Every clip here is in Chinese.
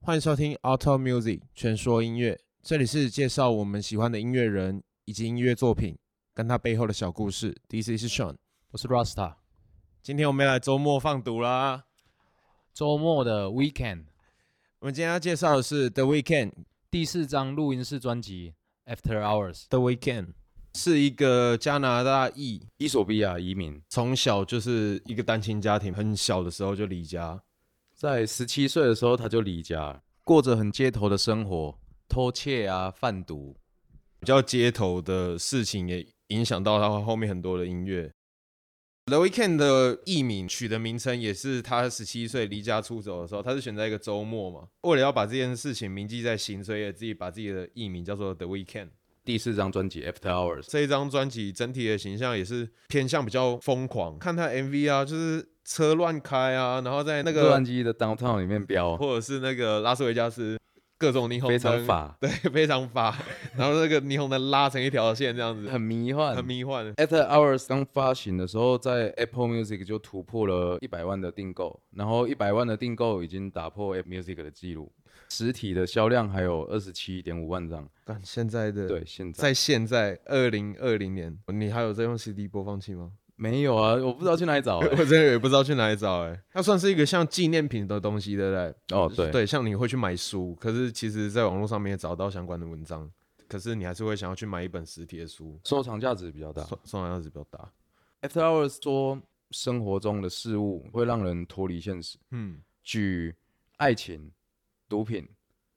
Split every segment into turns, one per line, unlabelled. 欢迎收听 Auto Music 全说音乐，这里是介绍我们喜欢的音乐人以及音乐作品，跟他背后的小故事。DC 是 Sean，
我是 Rasta。
今天我们要来周末放毒啦。
周末的 Weekend
我们今天要介绍的是 The Weeknd。
第四张录音室专辑 After Hours，
The Weeknd 是一个加拿大裔，
伊索比亚移民，
从小就是一个单亲家庭，很小的时候就离家。
在十七岁的时候他就离家，过着很街头的生活，偷窃啊、贩毒。
比较街头的事情也影响到他后面很多的音乐。The Weeknd 的艺名取的名称也是他十七岁离家出走的时候，他是选在一个周末嘛，为了要把这件事情铭记在心，所以也自己把自己的艺名叫做 The Weeknd。
第四张专辑 After Hours，
这一张专辑整体的形象也是偏向比较疯狂，看他 MV 啊，就是车乱开啊，然后在那
洛
个
杉矶的 Downtown 里面飙，
或者是那个拉斯维加斯各种霓虹
非
灯，
常法，
对， 非常法，然后那个霓虹灯拉成一条线这样子，
很迷幻，
很迷幻。
After Hours 刚发行的时候，在 Apple Music 就突破了一百万的订购，然后一百万的订购已经打破 Apple Music 的记录，实体的销量还有二十七点五万张。
但现在的
对，现在
在现在二零二零年，你还有在用 CD 播放器吗？
没有啊，我不知道去哪里找、欸。
我真的也不知道去哪里找哎、它算是一个像纪念品的东西，对不对？
哦，对，
对，像你会去买书，可是其实在网络上面也找到相关的文章，可是你还是会想要去买一本实体的书，
收藏价值比较大。
送送量值比较大。
After Hours 说，生活中的事物会让人脱离现实，
嗯，
举爱情、毒品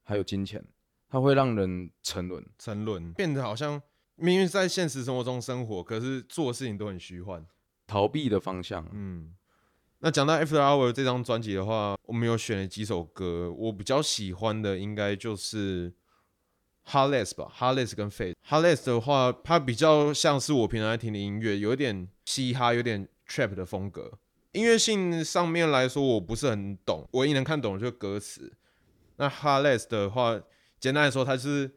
还有金钱，它会让人沉沦。
沉沦变得好像明明在现实生活中生活，可是做事情都很虚幻。
逃避的方 向，
嗯，那讲到 After Hour 这张专辑的话，我们有选了几首歌，我比较喜欢的应该就是 Harless 吧，Harless 跟 Fade。Harless 的话，它比较像是我平常在听的音乐，有一点嘻哈，有点 trap 的风格。音乐性上面来说，我不是很懂，唯一能看懂的就是歌词。那 Harless 的话，简单来说，他是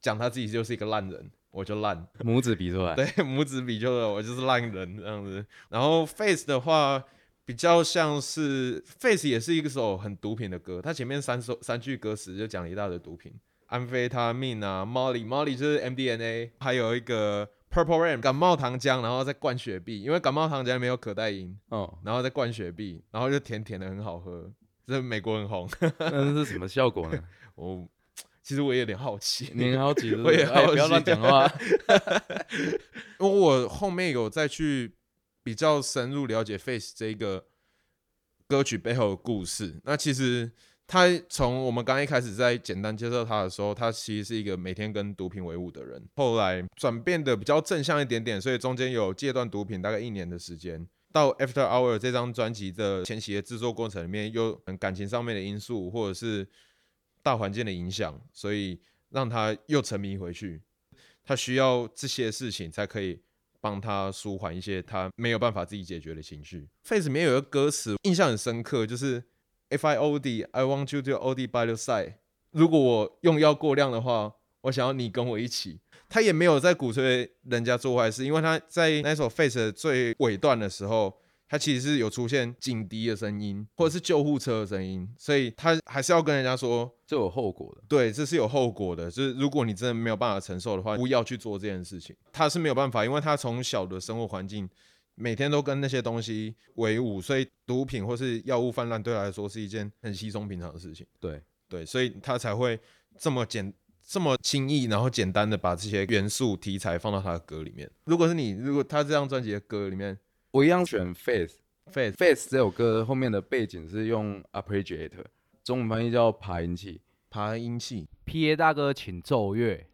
讲他自己就是一个烂人，我就烂。
拇指比出来。
对， 拇指比就是我就是烂人这样子。然后 Face 的话，比较像是 Face 也是一首很毒品的歌，它前面三首三句歌词就讲了一大堆毒品，安非他命啊，Molly，Molly 就是 MDMA，还有一个 Purple Rain 感冒糖浆，然后再灌雪碧，因为感冒糖浆里面有可待因，
哦，
然后再灌雪碧，然后就甜甜的很好喝，这美国很红。
那是什么效果呢？
我其实我也有点好奇，
你很好奇是不是，
我也
哎
好
不要
奇
乱讲 话。
因为我后面有再去比较深入了解 Face 这个歌曲背后的故事。那其实他从我们刚一开始在简单介绍他的时候，他其实是一个每天跟毒品为伍的人，后来转变的比较正向一点点，所以中间有戒断毒品大概一年的时间。到 After Hour 这张专辑的前期的制作过程里面，又嗯感情上面的因素或者是大环境的影响，所以让他又沉迷回去。他需要这些事情才可以帮他舒缓一些他没有办法自己解决的情绪。Face 里面有一个歌词印象很深刻，就是 If I OD, I want you to OD by your side。如果我用药过量的话，我想要你跟我一起。他也没有在鼓吹人家做坏事，因为他在那首 Face 的最尾段的时候，他其实是有出现警笛的声音，或者是救护车的声音，所以他还是要跟人家说，
这有后果的。
对，这是有后果的。就是如果你真的没有办法承受的话，不要去做这件事情。他是没有办法，因为他从小的生活环境，每天都跟那些东西为伍，所以毒品或是药物泛滥对他来说是一件很稀松平常的事情。
对，
对，所以他才会这么简、这么轻易，然后简单的把这些元素题材放到他的歌里面。如果是你，如果他这张专辑的歌里面
我一样选 Face。
，Face
Face 这首歌后面的背景是用 Appreciate，中文翻译叫爬音器。
爬音器，
P A 大哥，请奏乐。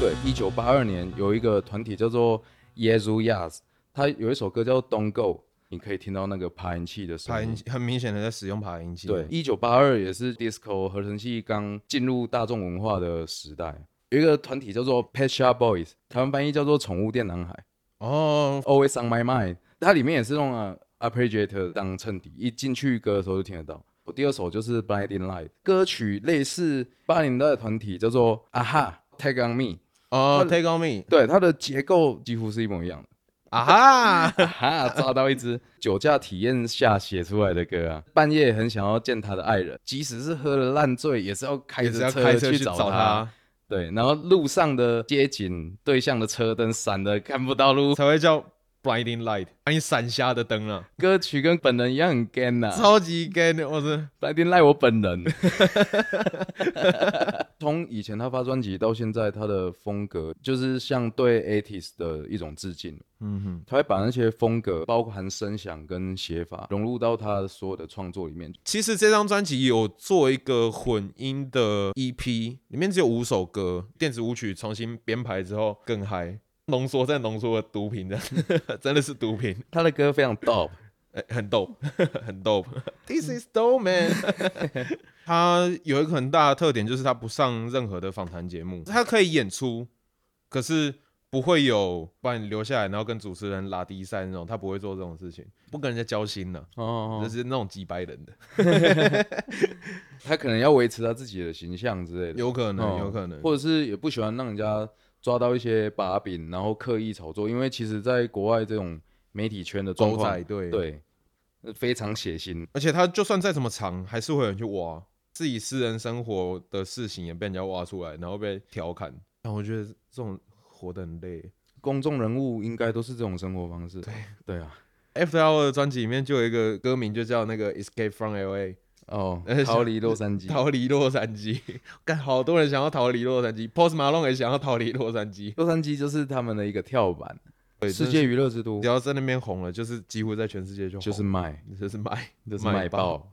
对，一九八二年有一个团体叫做 Yezu Yaz，他有一首歌叫 Don't Go，你可以听到那个爬音器的声
爬音
音。
器很明显的在使用爬音器。
嗯对，，一九八二也是 disco 合成器刚进入大众文化的时代。有一个团体叫做 Pet Shop Boys，台湾翻译叫做宠物店男孩
哦，
，Always on My Mind，它里面也是用了 Appreciate 当衬底，一进去歌的时候就听得到。我第二首就是 Blinding Light，歌曲类似八零代的团体叫做啊哈 Take on Me，
哦
他
，Take on me，
对它的结构几乎是一模一样的。
啊哈，
哈，抓到一只酒驾体验下写出来的歌啊！半夜很想要见他的爱人，即使是喝了烂醉，也是要开
也是要
着
开车
去
找
找他。对，然后路上的街景，对向的车灯闪的看不到路，
才会叫 blinding light，把你闪瞎的灯啊，
歌曲跟本人一样很 gan 呐、
超级 gay 的，我真
白天赖我本人。 从以前他发专辑到现在，他的风格就是像对 80s 的一种致敬。
嗯哼，
他会把那些风格，包含声响跟写法，融入到他所有的创作里面。
其实这张专辑有做一个混音的 EP，里面只有五首歌，电子舞曲重新编排之后更嗨，浓缩再浓缩的毒品这样，真的 是毒品，
他的歌非常 dope，
哎、很逗， 很逗，This is dope man 。他有一个很大的特点就是他不上任何的访谈节目，他可以演出，可是不会有把你留下来，然后跟主持人拉低赛那种，他不会做这种事情，不跟人家交心了、
哦
就是那种几百人的，
他可能要维持他自己的形象之类的，
有可能，
哦
有可能，
或者是也不喜欢让人家抓到一些把柄，然后刻意炒作，因为其实在国外这种媒体圈的状
狗仔
况，
队，
对，非常血腥。
而且他就算再怎么长，还是会有人去挖自己私人生活的事情，也被人家挖出来，然后被调侃。但我觉得这种活得很累。
公众人物应该都是这种生活方式。对对啊，
F L 的专辑里面就有一个歌名，就叫那个《Escape from L A》，
哦
呃，
逃离洛杉矶，
逃离洛杉矶。 干，好多人想要逃离洛杉矶，Post Malone 也想要逃离洛杉矶。
洛杉矶就是他们的一个跳板，
对
世界娱乐之都
只要在那边红了，就是几乎在全世界就红
就是卖，
就是卖，
就是卖
爆。
爆。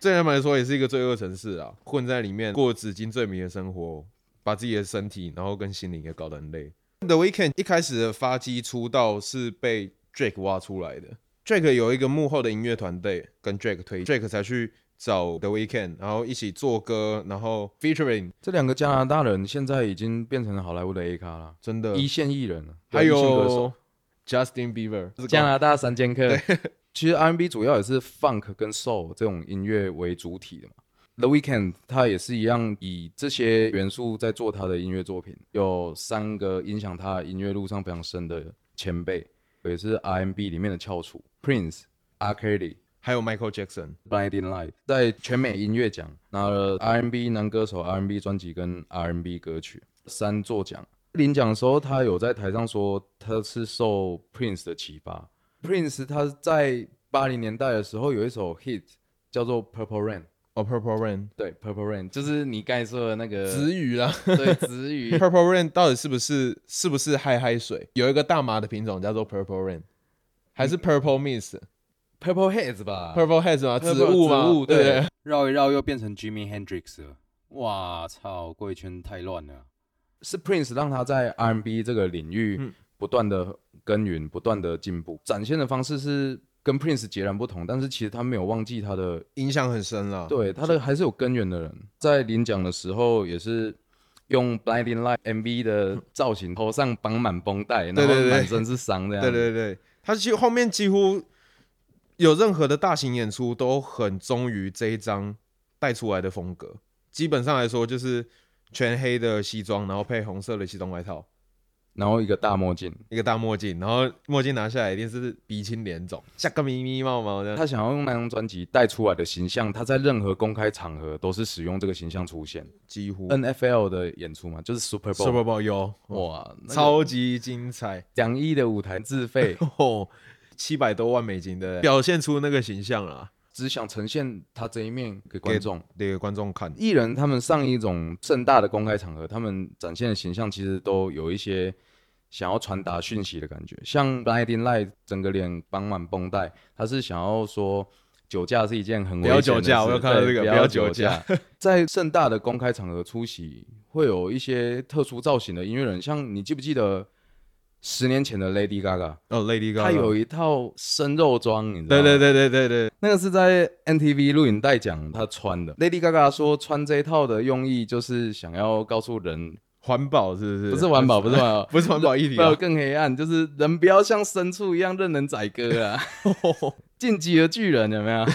对他们来说也是一个罪恶城市啊，混在里面过纸巾罪名的生活，把自己的身体然后跟心灵也搞得很累。The Weeknd 一开始的发迹出道是被 Drake 挖出来的，Drake 有一个幕后的音乐团队跟 Drake 推，Drake 才去找 The Weeknd，然后一起做歌，然后 featuring
这两个加拿大人现在已经变成好莱坞的 A 咖了，
真的，
一线艺人了，
还
一线歌手啊
有 Justin Bieber，
加拿大三剑客。 其实 R&B 主要也是 funk 跟 soul 这种音乐为主体的嘛。The Weeknd 他也是一样以这些元素在做他的音乐作品，有三个影响他音乐路上非常深的前辈，也是 R&B 里面的翘楚 Prince、R Kelly、
还有 Michael Jackson，
Blinding Light 在全美音乐奖拿了 R&B 男歌手、R&B 专辑跟 R&B 歌曲三座奖。领奖的时候，他有在台上说他是受 Prince 的启发。Prince 他在八零年代的时候有一首 hit 叫做《Purple Rain》，
哦 Purple Rain，
对，《Purple Rain》就是你刚才说的那个
子语 啦。
对子语
Purple Rain 到底是不是是不是嗨嗨水？有一个大麻的品种叫做 Purple Rain，还
嗯
是 Purple Mist？Purple
Purple Haze 吧
Haze 吗？
Purple-
植物吗？
植物
对
对，绕一绕又变成 Jimmy Hendrix 了。哇操，贵圈太乱了。是 Prince 让他在 R&B 这个领域
嗯
不断的耕耘，不断的进步，展现的方式是跟 Prince 截然不同，但是其实他没有忘记他的，
影响很深啦。
对他的还是有根源的人。在领奖的时候也是用 Blinding Light MV 的造型，头上绑满绷带，然
对
后
对对
满身是伤这样。
对对对，他其实后面几乎有任何的大型演出都很忠于这一张带出来的风格。基本上来说，就是全黑的西装，然后配红色的西装外套，
然后一个大墨镜，
一个大墨镜，然后墨镜拿下来一定是鼻青脸肿，像个咪咪冒毛的。
他想要用那张专辑带出来的形象，他在任何公开场合都是使用这个形象出现。
几乎
NFL 的演出嘛，就是 Super Bowl，,
Super Bowl 有
哇，那个
超级精彩，
两亿的舞台自费
哦，七百多万美金的 表现出那个形象啦，
只想呈现他这一面给观众。
给观众看。
艺人他们上一种盛大的公开场合，他们展现的形象其实都有一些想要传达讯息的感觉。像 Blinding Light 整个脸绑满绷带，他是想要说酒驾是一件很危
不要
险的事
酒驾我又看到这
对
个
不
不要
要
酒
驾。在盛大的公开场合出席，会有一些特殊造型的音乐人，像你记不记得十年前的 Lady Gaga？
哦，Lady Gaga，
她有一套生肉装，你知道
对对
吗？
对对对对，
那个是在 NTV 录影带讲他穿的。Lady Gaga 说穿这一套的用意就是想要告诉人，
环保是不是？
不是环保，不是环保，
不是环保议题
不要
啊，
更黑暗，就是人不要像牲畜一样任人宰割 啊！进击的巨人有没 有？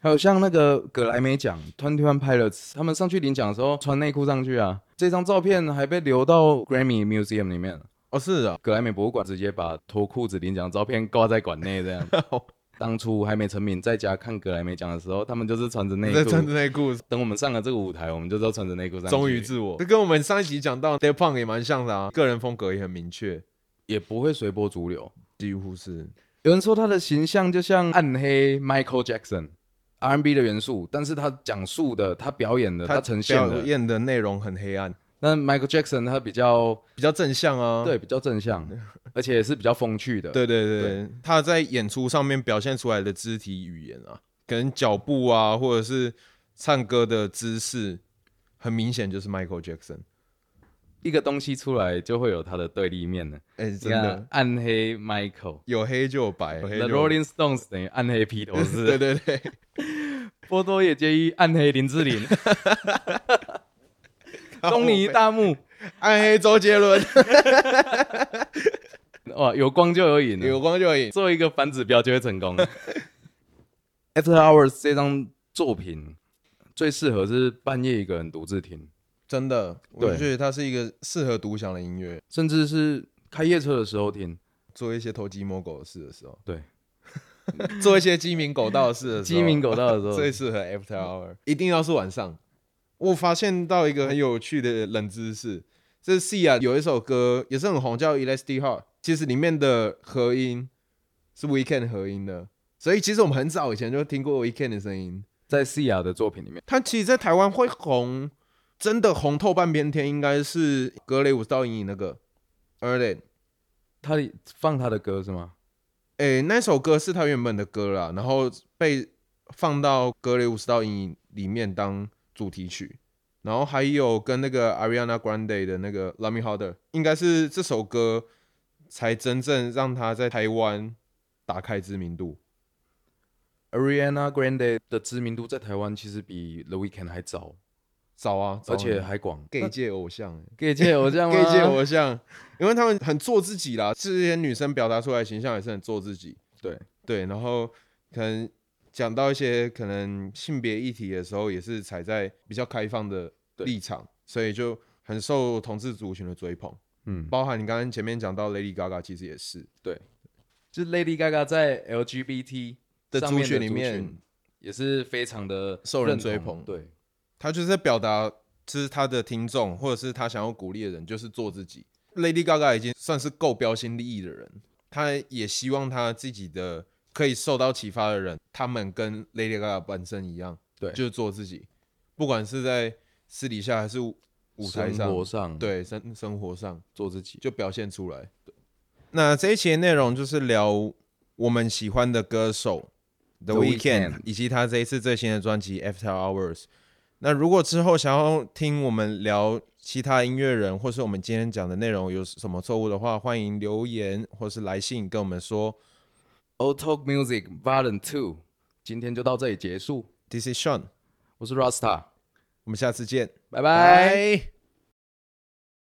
还有像那个葛莱美奖 Twenty One Pilots，他们上去领奖的时候穿内裤上去啊，这张照片还被留到 Grammy Museum 里面。
哦，是啊，
格莱美博物馆直接把脱裤子领奖照片挂在馆内 这样。当初还没成名，在家看格莱美奖的时候，他们就是穿着内
在
裤。
穿着内裤，
等我们上了这个舞台，我们就都穿着内裤上去。
忠于自我，这跟我们上一集讲到 d e p u n k 也蛮像的啊，个人风格也很明确，
也不会随波逐流。
几乎是
有人说他的形象就像暗黑 Michael Jackson。R&B 的元素，但是他讲述的、他表演的、他呈现
表
的，
演的内容很黑暗，
那 Michael Jackson 他比较
比较正向啊。
对，比较正向，而且是比较风趣的。，
对对对，他在演出上面表现出来的肢体语言啊，可能脚步啊，或者是唱歌的姿势，很明显就是 Michael Jackson。
一个东西出来就会有它的对立面呢。
哎、
你
真
看
的
暗黑 Michael。
有黑就有白有黑
The
就有白
Rolling Stones 等于暗黑披 头士，
对对对，
波多野结衣暗黑林志玲，东尼大木，
暗黑周杰 伦，
哇，有光就有影了，
有光就有影。
做一个反指标就会成 功。After Hours 这张作品最适合是半夜一个人独自听，
真的，我
对
就觉得它是一个适合独享的音乐，
甚至是开夜车的时候听。
做一些偷鸡摸狗的事的时候，
对，
做一些鸡鸣狗盗的事的时候，
鸡鸣狗盗的时 候
最适合 after hour，一定要是晚上。我发现到一个很有趣的冷知识，这是 C 啊有一首歌也是很红，叫 Elastic Heart，其实里面的合音是 Weekend 合音的，所以其实我们很早以前就听过 Weekend 的声音。
在西雅的作品里面，
他其实，在台湾会红，真的红透半边天，应该是格雷五十道阴影那个 e r l a n
他放他的歌是吗？
诶、那首歌是他原本的歌啦，然后被放到《格雷五十道阴影》里面当主题曲，然后还有跟那个 Ariana Grande 的那个《Love Me Harder》，应该是这首歌才真正让他在台湾打开知名度。
Ariana Grande 的知名度在台湾其实比 The Weeknd 还早，
早啊，早
而且
很
还广。
gay 界偶像、欸。
gay 界偶像
gay 界
吗
偶像，因为他们很做自己啦，这些女生表达出来的形象也是很做自己。
对
对，然后可能讲到一些可能性别议题的时候，也是踩在比较开放的
对
立场，所以就很受同志族群的追捧。
嗯，
包含你刚刚前面讲到 Lady Gaga，其实也是
就是 Lady Gaga 在 LGBT
的
上
族
面的
群里
族
面
群，也是非常的
受人追捧
对，
她就是在表达，就是她的听众或者是她想要鼓励的人，就是做自己。Lady Gaga 已经算是够标新立异的人，她也希望她自己的可以受到启发的人，他们跟 Lady Gaga 本身一样，
对
就是做自己，不管是在私底下还是舞舞台
生
上，
活上
对生生活上
做自己。
就表现出来。那这一期的内容就是聊我们喜欢的歌手 The
The
Weeknd，
Weeknd
以及他这一次最新的专辑 After Hours。那如果之后想要听我们聊其他音乐人，或是我们今天讲的内容有什么错误的话，欢迎留言或是来信跟我们说。
o Talk Music Volume Two，今天就到这里结束。
This is Sean，
我是 Rasta，
我们下次见，
拜拜。
拜。